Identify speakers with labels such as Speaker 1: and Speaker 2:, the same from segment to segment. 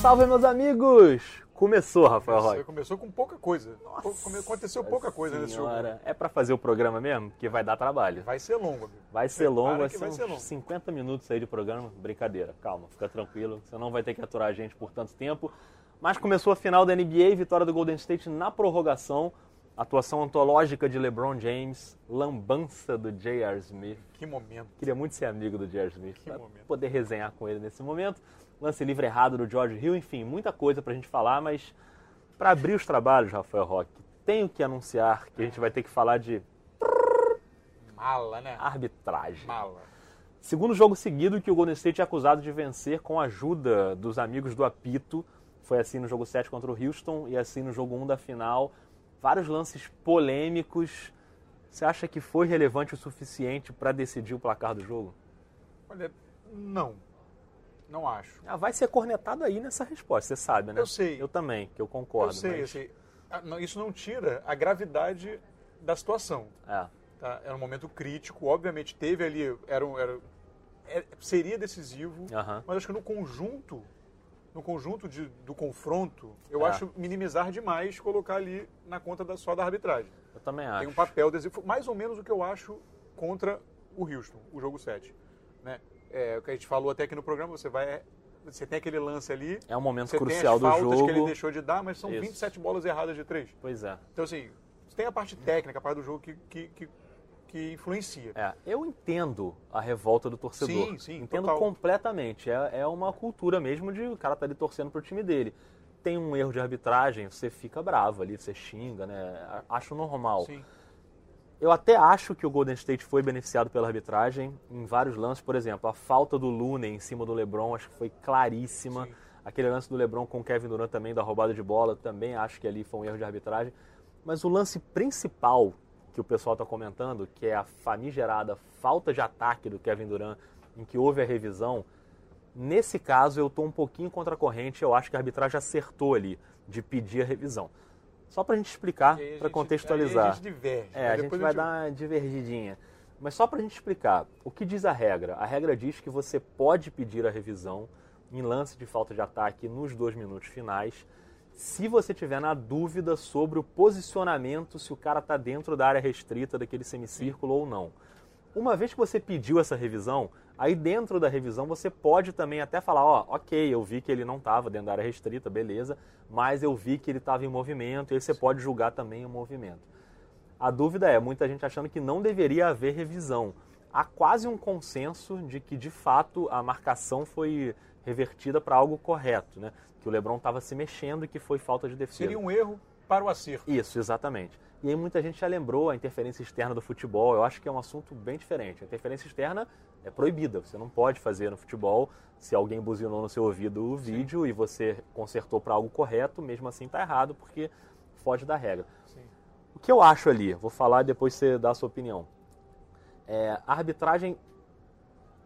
Speaker 1: Salve, meus amigos! Começou, Rafael
Speaker 2: Começou,
Speaker 1: Roque.
Speaker 2: começou com pouca coisa. Pou- come- Aconteceu pouca coisa nesse jogo.
Speaker 1: Senhora, É pra fazer o programa mesmo? Porque vai dar trabalho.
Speaker 2: Vai ser longo, amigo.
Speaker 1: Vai ser longo, vai
Speaker 2: que
Speaker 1: ser,
Speaker 2: vai
Speaker 1: uns
Speaker 2: ser longo.
Speaker 1: 50 minutos aí de programa. Brincadeira, calma, fica tranquilo. Você não vai ter que aturar a gente por tanto tempo. Mas começou a final da NBA, vitória do Golden State na prorrogação. Atuação antológica de LeBron James, lambança do J.R. Smith.
Speaker 2: Que momento.
Speaker 1: Queria muito ser amigo do J.R. Smith, pra
Speaker 2: momento.
Speaker 1: poder resenhar com ele nesse momento. Lance livre errado do George Hill, enfim, muita coisa pra gente falar, mas pra abrir os trabalhos, Rafael Roque, tenho que anunciar que a gente vai ter que falar de
Speaker 2: Mala, né?
Speaker 1: Ah. arbitragem.
Speaker 2: Mala.
Speaker 1: Segundo jogo seguido que o Golden State é acusado de vencer com a ajuda dos amigos do apito. Foi assim no jogo 7 contra o Houston e assim no jogo 1 da final. Vários lances polêmicos. Você acha que foi relevante o suficiente pra decidir o placar do jogo?
Speaker 2: Olha, não. Não acho.
Speaker 1: Ah, vai ser cornetado aí nessa resposta, você sabe, né?
Speaker 2: Eu sei.
Speaker 1: Eu também, que eu concordo.
Speaker 2: eu sei, eu
Speaker 1: mas-
Speaker 2: sei. Ah, não, Isso não tira a gravidade da situação.
Speaker 1: É.
Speaker 2: tá? Era um momento crítico. Obviamente teve ali... Era um, era, é- seria decisivo.
Speaker 1: Aham.
Speaker 2: Mas acho que no conjunto... No conjunto de- do confronto, eu
Speaker 1: É.
Speaker 2: acho minimizar demais colocar ali na conta da, só da arbitragem.
Speaker 1: Eu também acho.
Speaker 2: tem um papel desse, foi mais ou menos o que eu acho contra o Houston, o jogo 7. Né? É, o que a gente falou até aqui no programa, você vai. Você tem aquele lance ali,
Speaker 1: É um momento
Speaker 2: você tem
Speaker 1: crucial
Speaker 2: as
Speaker 1: do
Speaker 2: faltas
Speaker 1: jogo.
Speaker 2: que ele deixou de dar, mas são
Speaker 1: Isso.
Speaker 2: 27 bolas erradas de três.
Speaker 1: Pois é.
Speaker 2: Então, assim, você tem a parte técnica, a parte do jogo que, que, que, que influencia.
Speaker 1: É, eu entendo a revolta do torcedor.
Speaker 2: Sim, sim,
Speaker 1: Entendo
Speaker 2: total.
Speaker 1: completamente. É, é uma cultura mesmo de o cara tá ali torcendo pro time dele. Tem um erro de arbitragem, você fica bravo ali, você xinga, né? A- Acho normal.
Speaker 2: Sim.
Speaker 1: Eu até acho que o Golden State foi beneficiado pela arbitragem em vários lances. Por exemplo, a falta do Lune em cima do LeBron, acho que foi claríssima.
Speaker 2: Sim.
Speaker 1: Aquele lance do LeBron com o Kevin Durant também, da roubada de bola, também acho que ali foi um erro de arbitragem. Mas o lance principal que o pessoal está comentando, que é a famigerada falta de ataque do Kevin Durant, em que houve a revisão, Nesse caso, eu estou um pouquinho contra a corrente, eu acho que a arbitragem acertou ali de pedir a revisão. Só para a gente explicar,
Speaker 2: E aí a
Speaker 1: para ah,
Speaker 2: gente-
Speaker 1: contextualizar.
Speaker 2: aí a gente diverge.
Speaker 1: É,
Speaker 2: né?
Speaker 1: a gente
Speaker 2: Depois
Speaker 1: vai dar uma divergidinha. Mas só pra gente explicar, o que diz a regra? A regra diz que você pode pedir a revisão em lance de falta de ataque nos dois minutos finais, se você tiver na dúvida sobre o posicionamento, se o cara tá dentro da área restrita daquele semicírculo ou não. Uma vez que você pediu essa revisão, aí dentro da revisão você pode também até falar, ó, ok, eu vi que ele não estava dentro da área restrita, beleza, mas eu vi que ele estava em movimento, e aí você pode julgar também o movimento. A dúvida é, muita gente achando que não deveria haver revisão. Há quase um consenso de que, de fato, a marcação foi revertida para algo correto, né? Que o Lebron estava se mexendo e que foi falta de defesa.
Speaker 2: Seria um erro para o acerto.
Speaker 1: Isso, exatamente. E aí muita gente já lembrou a interferência externa do futebol. Eu acho que é um assunto bem diferente. A interferência externa é proibida, você não pode fazer no futebol. Se alguém buzinou no seu ouvido o vídeo e você consertou para algo correto, mesmo assim tá errado, porque foge da regra.
Speaker 2: Sim.
Speaker 1: O que eu acho ali, vou falar e depois você dá a sua opinião. É, a arbitragem,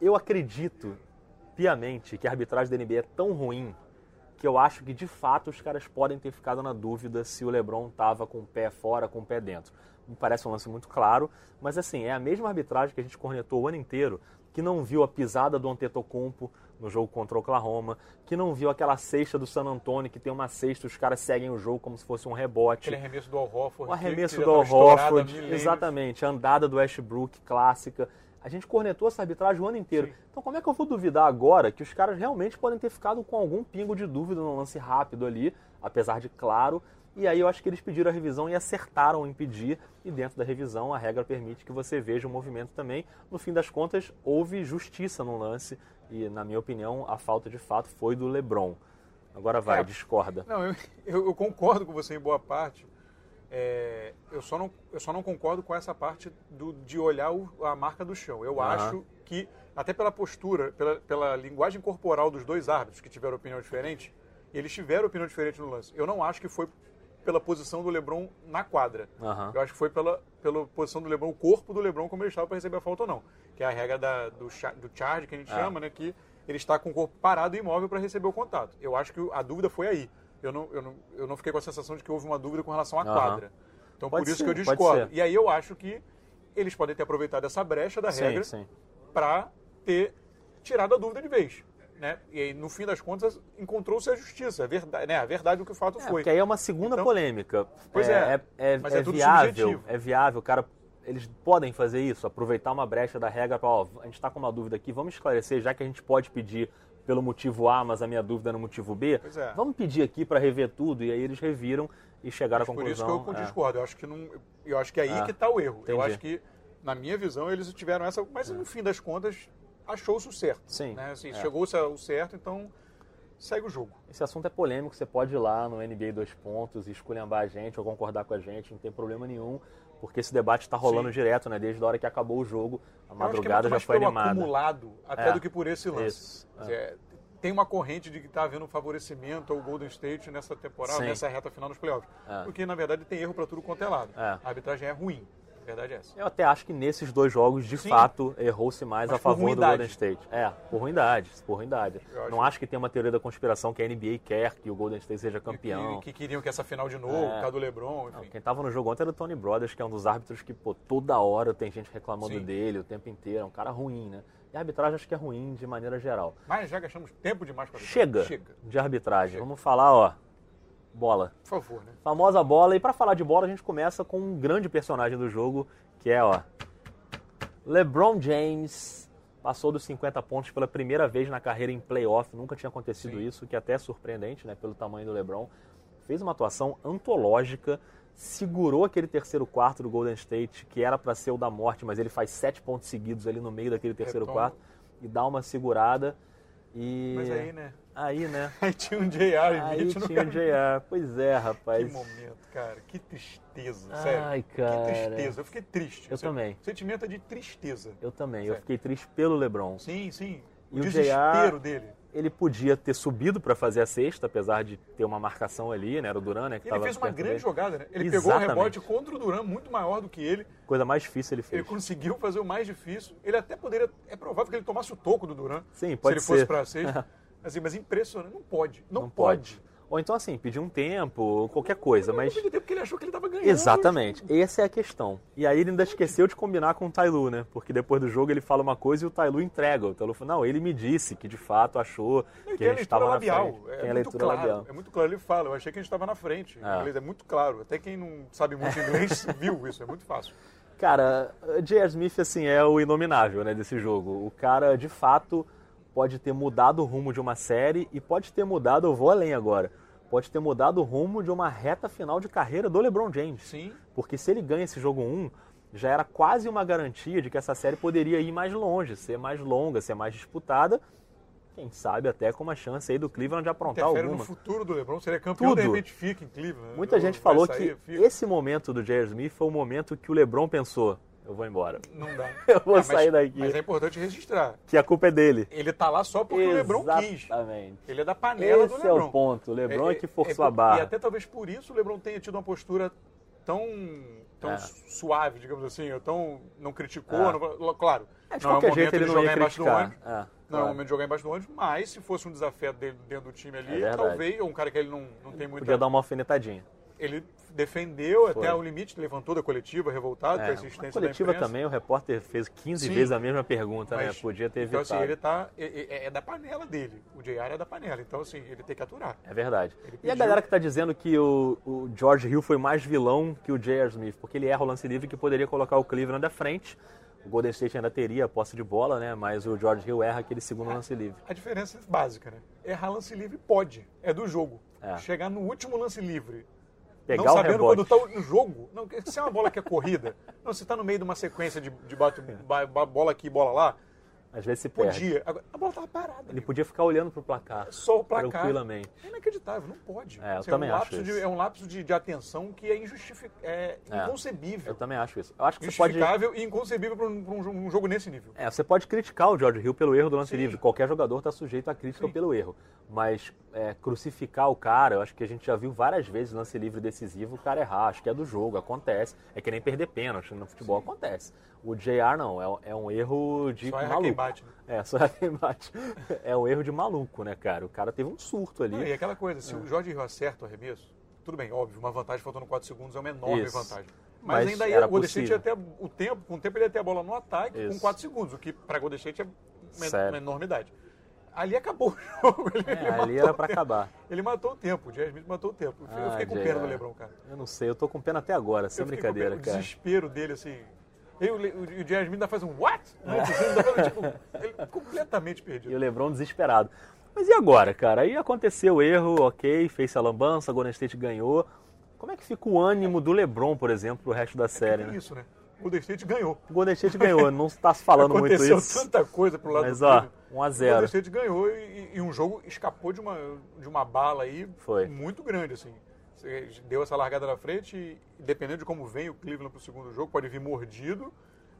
Speaker 1: eu acredito piamente que a arbitragem da NBA é tão ruim que eu acho que de fato os caras podem ter ficado na dúvida se o LeBron tava com o pé fora, com o pé dentro. Me parece um lance muito claro, mas assim, é a mesma arbitragem que a gente cornetou o ano inteiro, que não viu a pisada do Antetokounmpo no jogo contra o Oklahoma, que não viu aquela cesta do San Antonio, que tem uma cesta, os caras seguem o jogo como se fosse um rebote.
Speaker 2: Aquele arremesso do Al Hofford.
Speaker 1: O arremesso
Speaker 2: que, que já
Speaker 1: do Al
Speaker 2: tava estourado há
Speaker 1: Horford,
Speaker 2: milênios.
Speaker 1: exatamente, a andada do Westbrook, clássica. A gente cornetou essa arbitragem o ano inteiro.
Speaker 2: Sim.
Speaker 1: Então como é que eu vou duvidar agora que os caras realmente podem ter ficado com algum pingo de dúvida no lance rápido ali, apesar de claro. E aí eu acho que eles pediram a revisão e acertaram em pedir. E dentro da revisão a regra permite que você veja o movimento também. No fim das contas, houve justiça no lance. E na minha opinião, a falta de fato foi do LeBron. Agora vai,
Speaker 2: É.
Speaker 1: discorda.
Speaker 2: Não, eu, eu- eu concordo com você em boa parte. É, eu, só não, eu só não concordo com essa parte do- de olhar o- a marca do chão. Eu
Speaker 1: Aham.
Speaker 2: acho que, até pela postura, pela, pela linguagem corporal dos dois árbitros que tiveram opinião diferente, eles tiveram opinião diferente no lance. Eu não acho que foi pela posição do Lebron na quadra.
Speaker 1: Aham.
Speaker 2: Eu acho que foi pela, pela posição do Lebron, o corpo do Lebron, como ele estava para receber a falta ou não. Que é a regra da- do, cha- do charge, que a gente
Speaker 1: É.
Speaker 2: chama, né? Que ele está com o corpo parado e imóvel para receber o contato. Eu acho que a dúvida foi aí. Eu não, eu não, eu não fiquei com a sensação de que houve uma dúvida com relação à
Speaker 1: Aham.
Speaker 2: quadra. Então,
Speaker 1: Pode
Speaker 2: por isso
Speaker 1: ser,
Speaker 2: que eu
Speaker 1: pode
Speaker 2: discordo.
Speaker 1: ser.
Speaker 2: E aí eu acho que eles podem ter aproveitado essa brecha da
Speaker 1: Sim,
Speaker 2: regra
Speaker 1: sim.
Speaker 2: para ter tirado a dúvida de vez. né? E aí, no fim das contas, encontrou-se a justiça, a verdade, né? a verdade do que o fato
Speaker 1: É,
Speaker 2: foi.
Speaker 1: porque aí é uma segunda
Speaker 2: Então-
Speaker 1: polêmica.
Speaker 2: Pois é,
Speaker 1: é,
Speaker 2: mas é tudo
Speaker 1: viável,
Speaker 2: subjetivo.
Speaker 1: é viável, cara. Eles podem fazer isso, aproveitar uma brecha da regra para, ó, a gente está com uma dúvida aqui, vamos esclarecer, já que a gente pode pedir pelo motivo A, mas a minha dúvida é no motivo B,
Speaker 2: Pois é.
Speaker 1: vamos pedir aqui para rever tudo e aí eles reviram e chegaram à
Speaker 2: Por isso
Speaker 1: conclusão.
Speaker 2: que eu
Speaker 1: é.
Speaker 2: discordo. Eu acho que não. Eu acho que é aí
Speaker 1: Ah,
Speaker 2: que está o erro. Eu
Speaker 1: entendi. É.
Speaker 2: acho que, na minha visão, eles tiveram essa. Mas no fim das contas, achou-se o certo.
Speaker 1: Sim,
Speaker 2: Né? Assim,
Speaker 1: é.
Speaker 2: Chegou-se ao certo, então segue o jogo.
Speaker 1: Esse assunto é polêmico, você pode ir lá no NBA 2 pontos e esculhambar a gente ou concordar com a gente, não tem problema nenhum, porque esse debate está rolando
Speaker 2: Sim.
Speaker 1: direto, né? Desde a hora que acabou o jogo, a
Speaker 2: Eu acho que é
Speaker 1: madrugada
Speaker 2: muito
Speaker 1: já
Speaker 2: mais
Speaker 1: foi
Speaker 2: pelo
Speaker 1: animada.
Speaker 2: acumulado até
Speaker 1: É,
Speaker 2: do que por esse lance.
Speaker 1: isso,
Speaker 2: Quer dizer, tem uma corrente de que está havendo um favorecimento ao Golden State nessa temporada,
Speaker 1: Sim.
Speaker 2: nessa reta final dos playoffs.
Speaker 1: É.
Speaker 2: Porque, na verdade, tem erro para tudo quanto é lado.
Speaker 1: É.
Speaker 2: A arbitragem é ruim. A verdade é essa.
Speaker 1: Eu até acho que nesses dois jogos, de
Speaker 2: Sim.
Speaker 1: fato, errou-se mais
Speaker 2: Mas
Speaker 1: a
Speaker 2: por
Speaker 1: favor do
Speaker 2: ruindade.
Speaker 1: Golden State. É, por ruindade, por ruindade.
Speaker 2: Eu acho-
Speaker 1: Não acho que tem uma teoria da conspiração que a NBA quer que o Golden State seja campeão.
Speaker 2: E que queriam que essa final de novo,
Speaker 1: É.
Speaker 2: por causa do LeBron, enfim.
Speaker 1: Quem tava no jogo ontem era o Tony Brothers, que é um dos árbitros que, pô, toda hora tem gente reclamando
Speaker 2: Sim.
Speaker 1: dele o tempo inteiro. É um cara ruim, né? E a arbitragem acho que é ruim de maneira geral.
Speaker 2: Mas já gastamos tempo demais para
Speaker 1: Chega,
Speaker 2: Chega.
Speaker 1: de arbitragem.
Speaker 2: Chega.
Speaker 1: Vamos falar, ó, bola.
Speaker 2: Por favor, né?
Speaker 1: Famosa bola. E pra falar de bola, a gente começa com um grande personagem do jogo, que é, ó, LeBron James. Passou dos 50 pontos pela primeira vez na carreira em playoff. Nunca tinha acontecido
Speaker 2: Sim.
Speaker 1: isso, que até é surpreendente, né, pelo tamanho do LeBron. Fez uma atuação antológica, segurou aquele terceiro quarto do Golden State, que era pra ser o da morte, mas ele faz sete pontos seguidos ali no meio daquele terceiro
Speaker 2: Retoma.
Speaker 1: quarto e dá uma segurada. E
Speaker 2: Mas aí, né?
Speaker 1: aí, né?
Speaker 2: Aí tinha um J.R.
Speaker 1: Aí
Speaker 2: Smith no
Speaker 1: tinha o
Speaker 2: caminho.
Speaker 1: JR. Pois é, rapaz.
Speaker 2: Que momento, cara. Que tristeza, sério.
Speaker 1: Ai,
Speaker 2: Que
Speaker 1: cara.
Speaker 2: tristeza. Eu fiquei triste.
Speaker 1: Eu
Speaker 2: Sen-
Speaker 1: também.
Speaker 2: Sentimento é de tristeza.
Speaker 1: Eu também. Eu
Speaker 2: Sério.
Speaker 1: fiquei triste pelo LeBron.
Speaker 2: Sim, sim.
Speaker 1: E o
Speaker 2: O desespero dele.
Speaker 1: Ele podia ter subido pra fazer a sexta, apesar de ter uma marcação ali, né? Era o Duran, né? Que
Speaker 2: Ele
Speaker 1: tava
Speaker 2: fez uma
Speaker 1: perto
Speaker 2: grande
Speaker 1: dele.
Speaker 2: jogada, né? Ele pegou um
Speaker 1: Exatamente.
Speaker 2: rebote contra o Duran muito maior do que ele.
Speaker 1: Coisa mais difícil ele fez.
Speaker 2: Ele conseguiu fazer o mais difícil. Ele até poderia. É provável que ele tomasse o toco do Duran.
Speaker 1: Sim, pode
Speaker 2: Se ele fosse
Speaker 1: ser.
Speaker 2: pra sexta. Assim, mas impressionante. Não pode. Não,
Speaker 1: Não
Speaker 2: pode.
Speaker 1: pode. Ou então, assim, pedir um tempo, qualquer coisa,
Speaker 2: Mas...
Speaker 1: mas.
Speaker 2: Não tempo que ele achou que ele tava ganhando.
Speaker 1: Exatamente, essa é a questão. E aí ele ainda esqueceu de combinar com o Tailu, né? Porque depois do jogo ele fala uma coisa e o Tailu entrega. O Tailu fala, não, ele me disse que de fato achou
Speaker 2: Não,
Speaker 1: que
Speaker 2: e tem
Speaker 1: a
Speaker 2: a
Speaker 1: gente
Speaker 2: leitura
Speaker 1: estava na
Speaker 2: labial.
Speaker 1: frente.
Speaker 2: É,
Speaker 1: tem a
Speaker 2: muito
Speaker 1: leitura
Speaker 2: claro,
Speaker 1: labial.
Speaker 2: É muito claro. Ele fala, eu achei que a gente estava na frente.
Speaker 1: É.
Speaker 2: Em inglês é muito claro. Até quem não sabe muito inglês viu isso. É muito fácil.
Speaker 1: Cara, J.R. Smith, assim, é o inominável, né, desse jogo. O cara, de fato, pode ter mudado o rumo de uma série e pode ter mudado, eu vou além agora, pode ter mudado o rumo de uma reta final de carreira do LeBron James.
Speaker 2: Sim.
Speaker 1: Porque se ele ganha esse jogo 1, já era quase uma garantia de que essa série poderia ir mais longe, ser mais longa, ser mais disputada. Quem sabe até com uma chance aí do Cleveland de aprontar
Speaker 2: Interfere
Speaker 1: alguma.
Speaker 2: no futuro do LeBron. Seria campeão, de
Speaker 1: Tudo.
Speaker 2: repente fica em Cleveland.
Speaker 1: Muita
Speaker 2: Ou
Speaker 1: gente
Speaker 2: vai
Speaker 1: falou
Speaker 2: sair,
Speaker 1: que
Speaker 2: fica.
Speaker 1: esse momento do J.R. Smith foi o momento que o LeBron pensou, eu vou embora.
Speaker 2: Não dá.
Speaker 1: Eu vou
Speaker 2: Ah, mas-
Speaker 1: sair daqui.
Speaker 2: Mas é importante registrar.
Speaker 1: que a culpa é dele.
Speaker 2: Ele tá lá só porque o LeBron quis.
Speaker 1: Exatamente.
Speaker 2: Ele é da panela do
Speaker 1: Esse é
Speaker 2: LeBron.
Speaker 1: o ponto. O Lebron é, que forçou
Speaker 2: é,
Speaker 1: a barra.
Speaker 2: E até talvez por isso o LeBron tenha tido uma postura tão, tão
Speaker 1: É.
Speaker 2: suave, digamos assim, ou tão não criticou,
Speaker 1: É.
Speaker 2: não falou- claro.
Speaker 1: É, de
Speaker 2: não é o
Speaker 1: qualquer
Speaker 2: momento
Speaker 1: jeito ele
Speaker 2: de
Speaker 1: não
Speaker 2: jogar
Speaker 1: ia
Speaker 2: embaixo do
Speaker 1: criticar.
Speaker 2: ônibus.
Speaker 1: É,
Speaker 2: Não é o
Speaker 1: claro.
Speaker 2: momento de jogar embaixo do ônibus, mas se fosse um desafeto dele dentro do time
Speaker 1: É
Speaker 2: ali,
Speaker 1: verdade.
Speaker 2: talvez, ou um cara que ele não, não tem muita...
Speaker 1: Podia dar uma alfinetadinha.
Speaker 2: Ele defendeu
Speaker 1: Foi.
Speaker 2: até o limite, levantou da coletiva, revoltado com a
Speaker 1: É,
Speaker 2: insistência
Speaker 1: na coletiva
Speaker 2: da imprensa.
Speaker 1: também, o repórter fez 15
Speaker 2: Sim.
Speaker 1: vezes a mesma pergunta,
Speaker 2: Mas-
Speaker 1: né? Podia ter
Speaker 2: Então
Speaker 1: evitado.
Speaker 2: assim, ele tá... É, é- é da panela dele. O J.R. é da panela. Então assim, ele tem que aturar.
Speaker 1: É verdade. E a
Speaker 2: pediu-
Speaker 1: galera que tá dizendo que o, o George Hill foi mais vilão que o J.R. Smith, porque ele erra o lance livre que poderia colocar o Cleveland à frente. O Golden State ainda teria a posse de bola, né? Mas o George Hill erra aquele segundo lance livre.
Speaker 2: A diferença é básica, né? Errar lance livre pode, é do jogo.
Speaker 1: É.
Speaker 2: Chegar no último lance livre,
Speaker 1: Pegar
Speaker 2: não
Speaker 1: o
Speaker 2: sabendo
Speaker 1: rebote.
Speaker 2: quando tá no jogo, não, se é uma bola que é corrida, não, você tá no meio de uma sequência de, de bate, ba- ba- bola aqui, bola lá,
Speaker 1: Às vezes se perde.
Speaker 2: podia. Agora, a bola tava parada.
Speaker 1: Ele
Speaker 2: amigo.
Speaker 1: podia ficar olhando pro placar.
Speaker 2: Só o placar.
Speaker 1: Tranquilamente.
Speaker 2: É inacreditável, não pode.
Speaker 1: É, eu
Speaker 2: Assim,
Speaker 1: também
Speaker 2: um
Speaker 1: acho
Speaker 2: lapso de-
Speaker 1: isso.
Speaker 2: É um lapso de, de atenção que é injustificável, é,
Speaker 1: É.
Speaker 2: inconcebível.
Speaker 1: Eu também acho isso. Eu acho que você pode
Speaker 2: Injustificável e inconcebível para um, pra um jogo- um jogo nesse nível.
Speaker 1: É, você pode criticar o George Hill pelo erro do lance
Speaker 2: Sim.
Speaker 1: livre. Qualquer jogador está sujeito à crítica
Speaker 2: Sim.
Speaker 1: pelo erro. Mas é, crucificar o cara, eu acho que a gente já viu várias vezes lance livre decisivo, o cara errar. Acho que é do jogo, acontece. É que nem perder pênalti no futebol, acontece. O JR não, é um- é, um erro de
Speaker 2: Só erra
Speaker 1: maluco.
Speaker 2: quem bate, né?
Speaker 1: É, só erra quem bate. É um erro de maluco, né, cara? O cara teve um surto ali.
Speaker 2: Não, e é aquela coisa,
Speaker 1: É.
Speaker 2: se o Jorge Hill acerta o arremesso, tudo bem, óbvio, uma vantagem faltando 4 segundos é uma enorme
Speaker 1: Isso.
Speaker 2: vantagem.
Speaker 1: Mas
Speaker 2: Mas, ainda aí
Speaker 1: era
Speaker 2: o Golden State ia
Speaker 1: possível.
Speaker 2: até o tempo, com o tempo ele ia ter a bola no ataque
Speaker 1: Isso.
Speaker 2: com 4 segundos, o que para Golden State é uma,
Speaker 1: Sério. É,
Speaker 2: uma enormidade. Ali acabou o jogo. Ele, ele
Speaker 1: ali
Speaker 2: matou
Speaker 1: era
Speaker 2: o
Speaker 1: pra
Speaker 2: tempo.
Speaker 1: acabar.
Speaker 2: Ele matou o tempo, o J.R. Smith matou o tempo. Eu
Speaker 1: Ah,
Speaker 2: fiquei com
Speaker 1: J.R..
Speaker 2: pena do Lebron, cara.
Speaker 1: Eu não sei, eu tô com pena até agora, sem
Speaker 2: Eu fiquei com
Speaker 1: brincadeira,
Speaker 2: pena,
Speaker 1: cara.
Speaker 2: O desespero dele, assim. E o, Le- o, o J.R. Smith ainda faz um what? Antes, ele ainda faz, tipo, ele completamente
Speaker 1: E
Speaker 2: perdido.
Speaker 1: o LeBron desesperado. Mas e agora, cara? Aí aconteceu o erro, ok, fez a lambança, Golden State ganhou. Como é que fica o ânimo do LeBron, por exemplo, pro resto da série,
Speaker 2: Tem
Speaker 1: né?
Speaker 2: isso, né? O The State ganhou.
Speaker 1: O Golden State ganhou, não tá se falando muito
Speaker 2: Aconteceu
Speaker 1: isso.
Speaker 2: tanta coisa pro lado
Speaker 1: Mas
Speaker 2: do
Speaker 1: ó,
Speaker 2: Cleveland.
Speaker 1: 1 a
Speaker 2: O
Speaker 1: 0
Speaker 2: Golden State ganhou e, e um jogo escapou de uma, de uma bala aí
Speaker 1: Foi.
Speaker 2: muito grande, assim. Você Deu essa largada na frente e, dependendo de como vem o Cleveland pro segundo jogo, pode vir mordido,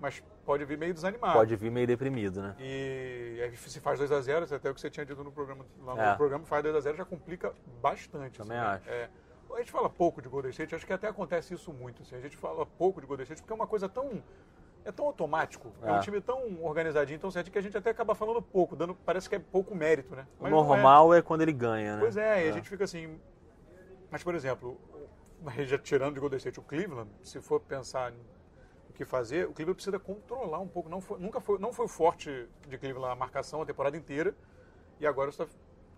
Speaker 2: mas pode vir meio desanimado.
Speaker 1: Pode vir meio deprimido, né?
Speaker 2: E aí se faz 2x0, até o que você tinha dito no programa, lá no
Speaker 1: É.
Speaker 2: programa, faz 2x0 já complica bastante.
Speaker 1: Também
Speaker 2: né?
Speaker 1: acho.
Speaker 2: É, a gente fala pouco de Golden State, acho que até acontece isso muito. Assim, a gente fala pouco de Golden State porque é uma coisa tão... É tão automático, é,
Speaker 1: É.
Speaker 2: um time tão organizadinho, tão certo, que a gente até acaba falando pouco, dando, parece que é pouco mérito, né?
Speaker 1: O
Speaker 2: não é.
Speaker 1: normal é. quando ele ganha, né?
Speaker 2: Pois é, e a gente fica assim. Mas, por exemplo, mas já tirando de Golden State o Cleveland, se for pensar em o que fazer, o Cleveland precisa controlar um pouco. Não foi, nunca foi, não foi o forte de Cleveland a marcação a temporada inteira. E agora está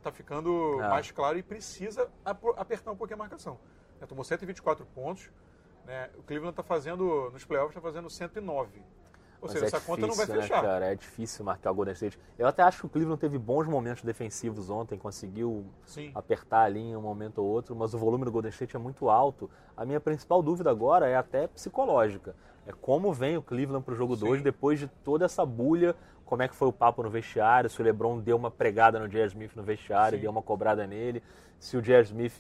Speaker 2: tá ficando
Speaker 1: É.
Speaker 2: mais claro e precisa apro- apertar um pouquinho a marcação. Já tomou 124 pontos. Né? O Cleveland está fazendo, nos playoffs, está fazendo 109. Ou
Speaker 1: Mas
Speaker 2: seja,
Speaker 1: é
Speaker 2: essa conta não vai
Speaker 1: difícil, né,
Speaker 2: fechar.
Speaker 1: cara? É difícil marcar o Golden State. Eu até acho que o Cleveland teve bons momentos defensivos ontem, conseguiu
Speaker 2: Sim.
Speaker 1: apertar ali em um momento ou outro, mas o volume do Golden State é muito alto. A minha principal dúvida agora é até psicológica. É como vem o Cleveland pro jogo
Speaker 2: Sim.
Speaker 1: 2 depois de toda essa bulha, como é que foi o papo no vestiário, se o LeBron deu uma pregada no J.R. Smith no vestiário,
Speaker 2: Sim.
Speaker 1: deu uma cobrada nele, se o J.R. Smith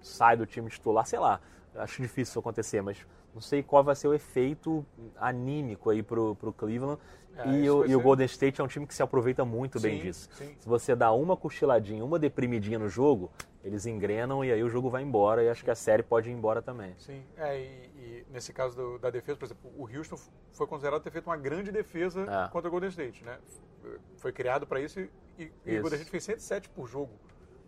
Speaker 1: sai do time titular, sei lá. Acho difícil isso acontecer, mas não sei qual vai ser o efeito anímico aí pro, pro Cleveland.
Speaker 2: É,
Speaker 1: e
Speaker 2: isso
Speaker 1: o,
Speaker 2: vai
Speaker 1: e o
Speaker 2: ser-
Speaker 1: Golden State é um time que se aproveita muito bem
Speaker 2: Sim,
Speaker 1: disso.
Speaker 2: sim.
Speaker 1: Se você dá uma cochiladinha, uma deprimidinha no jogo, eles engrenam e aí o jogo vai embora e acho que a série pode ir embora também.
Speaker 2: Sim, é, e, e nesse caso do- da defesa, por exemplo, o Houston f- foi considerado ter feito uma grande defesa
Speaker 1: É.
Speaker 2: contra o Golden State, né? F- Foi criado para isso e, e- e
Speaker 1: Isso.
Speaker 2: o Golden State fez 107 por jogo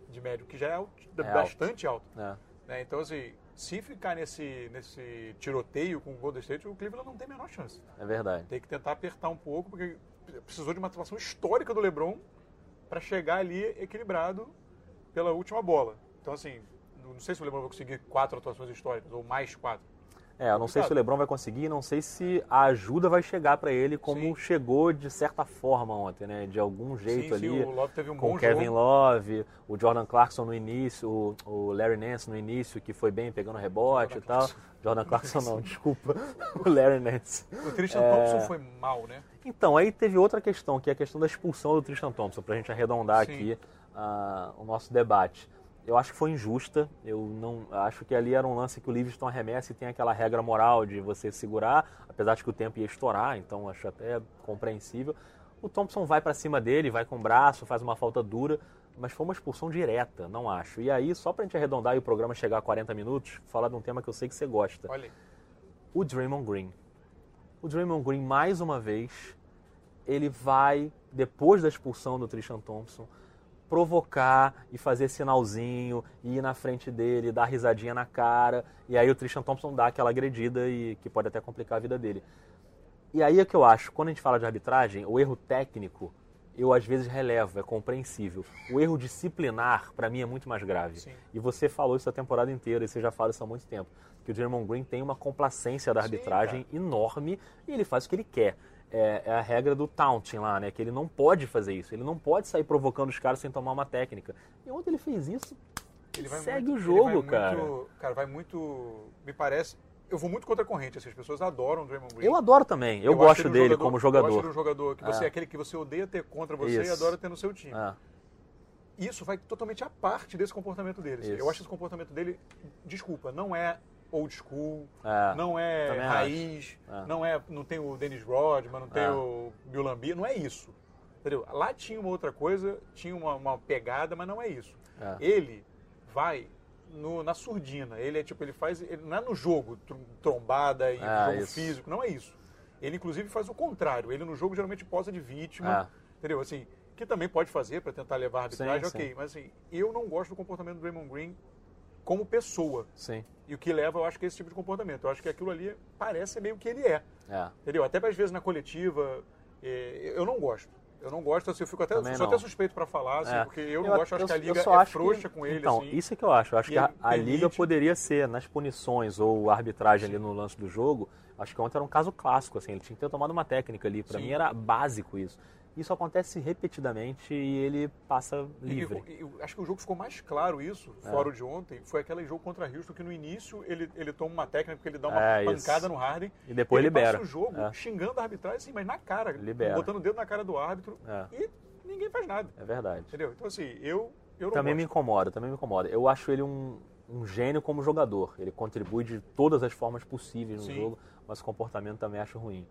Speaker 2: de médio, que já é, alt-
Speaker 1: alto.
Speaker 2: bastante alto.
Speaker 1: É.
Speaker 2: né? Então, assim, se ficar nesse, nesse tiroteio com o Golden State, o Cleveland não tem a menor chance.
Speaker 1: É verdade.
Speaker 2: Tem que tentar apertar um pouco, porque precisou de uma atuação histórica do LeBron para chegar ali equilibrado pela última bola. Então, assim, não sei se o LeBron vai conseguir quatro atuações históricas, ou mais quatro.
Speaker 1: É, eu não sei
Speaker 2: Complicado.
Speaker 1: se o LeBron vai conseguir, não sei se a ajuda vai chegar pra ele como
Speaker 2: Sim.
Speaker 1: chegou de certa forma ontem, né? De algum jeito
Speaker 2: sim,
Speaker 1: ali.
Speaker 2: Sim, o Love teve um
Speaker 1: com
Speaker 2: bom
Speaker 1: o Kevin
Speaker 2: jogo.
Speaker 1: Love, o Jordan Clarkson no início, o, o Larry Nance no início, que foi bem pegando rebote
Speaker 2: Jordan
Speaker 1: e tal. Jordan Clarkson não, desculpa. O Larry Nance.
Speaker 2: O Tristan
Speaker 1: É.
Speaker 2: Thompson foi mal, né?
Speaker 1: Então, aí teve outra questão, que é a questão da expulsão do Tristan Thompson, para a gente arredondar
Speaker 2: Sim.
Speaker 1: aqui ah, o nosso debate. Eu acho que foi injusta, eu não acho que ali era um lance que o Livingston arremessa e tem aquela regra moral de você segurar, apesar de que o tempo ia estourar, então acho até compreensível. O Thompson vai para cima dele, vai com o braço, faz uma falta dura, mas foi uma expulsão direta, não acho. E aí, só para a gente arredondar e o programa chegar a 40 minutos, falar de um tema que eu sei que você gosta
Speaker 2: Olha aí.
Speaker 1: o Draymond Green. O Draymond Green, mais uma vez, ele vai, depois da expulsão do Tristan Thompson, provocar e fazer sinalzinho, e ir na frente dele, dar risadinha na cara, e aí o Tristan Thompson dá aquela agredida e que pode até complicar a vida dele. E aí é que eu acho, quando a gente fala de arbitragem, o erro técnico, eu às vezes relevo, é compreensível. O erro disciplinar, pra mim, é muito mais grave.
Speaker 2: Sim.
Speaker 1: E você falou isso a temporada inteira, e você já fala isso há muito tempo, que o Draymond Green tem uma complacência da
Speaker 2: Sim,
Speaker 1: arbitragem enorme e ele faz o que ele quer. É, é a regra do taunting lá, né? Que ele não pode fazer isso. Ele não pode sair provocando os caras sem tomar uma técnica. E ontem ele fez isso,
Speaker 2: Ele vai
Speaker 1: segue
Speaker 2: muito-
Speaker 1: o
Speaker 2: ele vai
Speaker 1: jogo,
Speaker 2: muito-
Speaker 1: cara.
Speaker 2: Cara, vai muito... Me parece... Eu vou muito contra a corrente, assim, as pessoas adoram o Draymond Green.
Speaker 1: Eu adoro também. Eu,
Speaker 2: acho
Speaker 1: gosto
Speaker 2: ele um
Speaker 1: dele como
Speaker 2: Eu acho ele
Speaker 1: jogador. Ah.
Speaker 2: um jogador que você é aquele que você odeia ter contra você e
Speaker 1: Isso.
Speaker 2: adora ter no seu time.
Speaker 1: Ah,
Speaker 2: Isso vai totalmente à parte desse comportamento dele. assim.
Speaker 1: Isso.
Speaker 2: Eu acho esse comportamento dele, desculpa, não é old school,
Speaker 1: é.
Speaker 2: não é
Speaker 1: Também acho.
Speaker 2: raiz,
Speaker 1: É.
Speaker 2: não é, não tem o Dennis Rodman, não tem
Speaker 1: É.
Speaker 2: o Bill Lambia, não é isso. Entendeu? Lá tinha uma outra coisa, tinha uma, uma pegada, mas não é isso.
Speaker 1: É.
Speaker 2: Ele vai no- na surdina, ele é tipo, ele faz, ele não é no jogo, tr- trombada e
Speaker 1: É,
Speaker 2: jogo
Speaker 1: isso.
Speaker 2: físico, não é isso. Ele inclusive faz o contrário, ele no jogo geralmente posa de
Speaker 1: É.
Speaker 2: vítima, entendeu? Assim, que também pode fazer para tentar levar a arbitragem,
Speaker 1: Sim, sim.
Speaker 2: ok, mas assim, eu não gosto do comportamento do Draymond Green como pessoa.
Speaker 1: Sim.
Speaker 2: E o que leva, eu acho que é esse tipo de comportamento. Eu acho que aquilo ali parece meio que ele é.
Speaker 1: É.
Speaker 2: Entendeu? Até às vezes na coletiva, eh, eu não gosto. Eu não gosto, assim, eu fico até,
Speaker 1: Também
Speaker 2: sou
Speaker 1: não.
Speaker 2: até suspeito pra falar, assim,
Speaker 1: É.
Speaker 2: porque eu não gosto, acho que a liga
Speaker 1: só
Speaker 2: é
Speaker 1: acho que-
Speaker 2: frouxa com ele,
Speaker 1: Então,
Speaker 2: assim.
Speaker 1: isso é que eu acho. Eu acho
Speaker 2: E
Speaker 1: que a,
Speaker 2: ele
Speaker 1: a liga
Speaker 2: permite-
Speaker 1: poderia ser, nas punições ou arbitragem ali no lance do jogo, acho que ontem era um caso clássico, assim, ele tinha que ter tomado uma técnica ali. Pra
Speaker 2: Sim.
Speaker 1: mim era básico isso. Isso acontece repetidamente e ele passa
Speaker 2: E-
Speaker 1: livre. É.
Speaker 2: E, eu acho que o jogo ficou mais claro isso, fora o de ontem, foi aquele jogo contra Houston que no início ele, ele toma uma técnica, porque ele dá uma
Speaker 1: É, isso.
Speaker 2: pancada no Harden.
Speaker 1: E depois
Speaker 2: ele
Speaker 1: libera.
Speaker 2: passa o jogo
Speaker 1: É.
Speaker 2: xingando a arbitragem, assim, mas na cara,
Speaker 1: Libera.
Speaker 2: botando o dedo na cara do árbitro
Speaker 1: É,
Speaker 2: e ninguém faz nada,
Speaker 1: é verdade.
Speaker 2: entendeu? Então assim, eu, eu não
Speaker 1: Também me
Speaker 2: gosto.
Speaker 1: incomoda, também me incomoda. Eu acho ele um, um gênio como jogador. Ele contribui de todas as formas possíveis no
Speaker 2: Sim.
Speaker 1: jogo, mas o comportamento também acho ruim.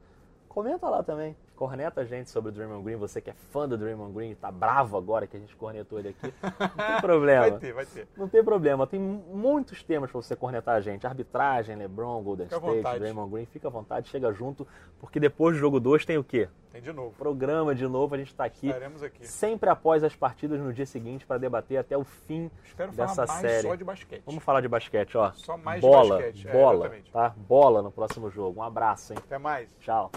Speaker 1: Comenta lá também. Corneta a gente sobre o Draymond Green. Você que é fã do Draymond Green, tá bravo agora que a gente cornetou ele aqui. Não tem problema.
Speaker 2: Vai ter, vai ter.
Speaker 1: Não tem problema, tem muitos temas pra você cornetar a gente. Arbitragem, LeBron, Golden
Speaker 2: Fica à
Speaker 1: State,
Speaker 2: vontade.
Speaker 1: Draymond Green, fica à vontade, chega junto, porque depois do jogo 2 tem o quê?
Speaker 2: Tem de novo.
Speaker 1: Programa de novo, a gente tá aqui
Speaker 2: Estaremos aqui.
Speaker 1: sempre após as partidas no dia seguinte para debater até o fim
Speaker 2: Espero falar
Speaker 1: dessa
Speaker 2: mais
Speaker 1: série.
Speaker 2: só de basquete.
Speaker 1: Vamos falar de basquete, ó.
Speaker 2: Só mais de
Speaker 1: bola,
Speaker 2: basquete, é,
Speaker 1: bola,
Speaker 2: exatamente.
Speaker 1: tá? Bola no próximo jogo. Um abraço, hein?
Speaker 2: Até mais.
Speaker 1: Tchau.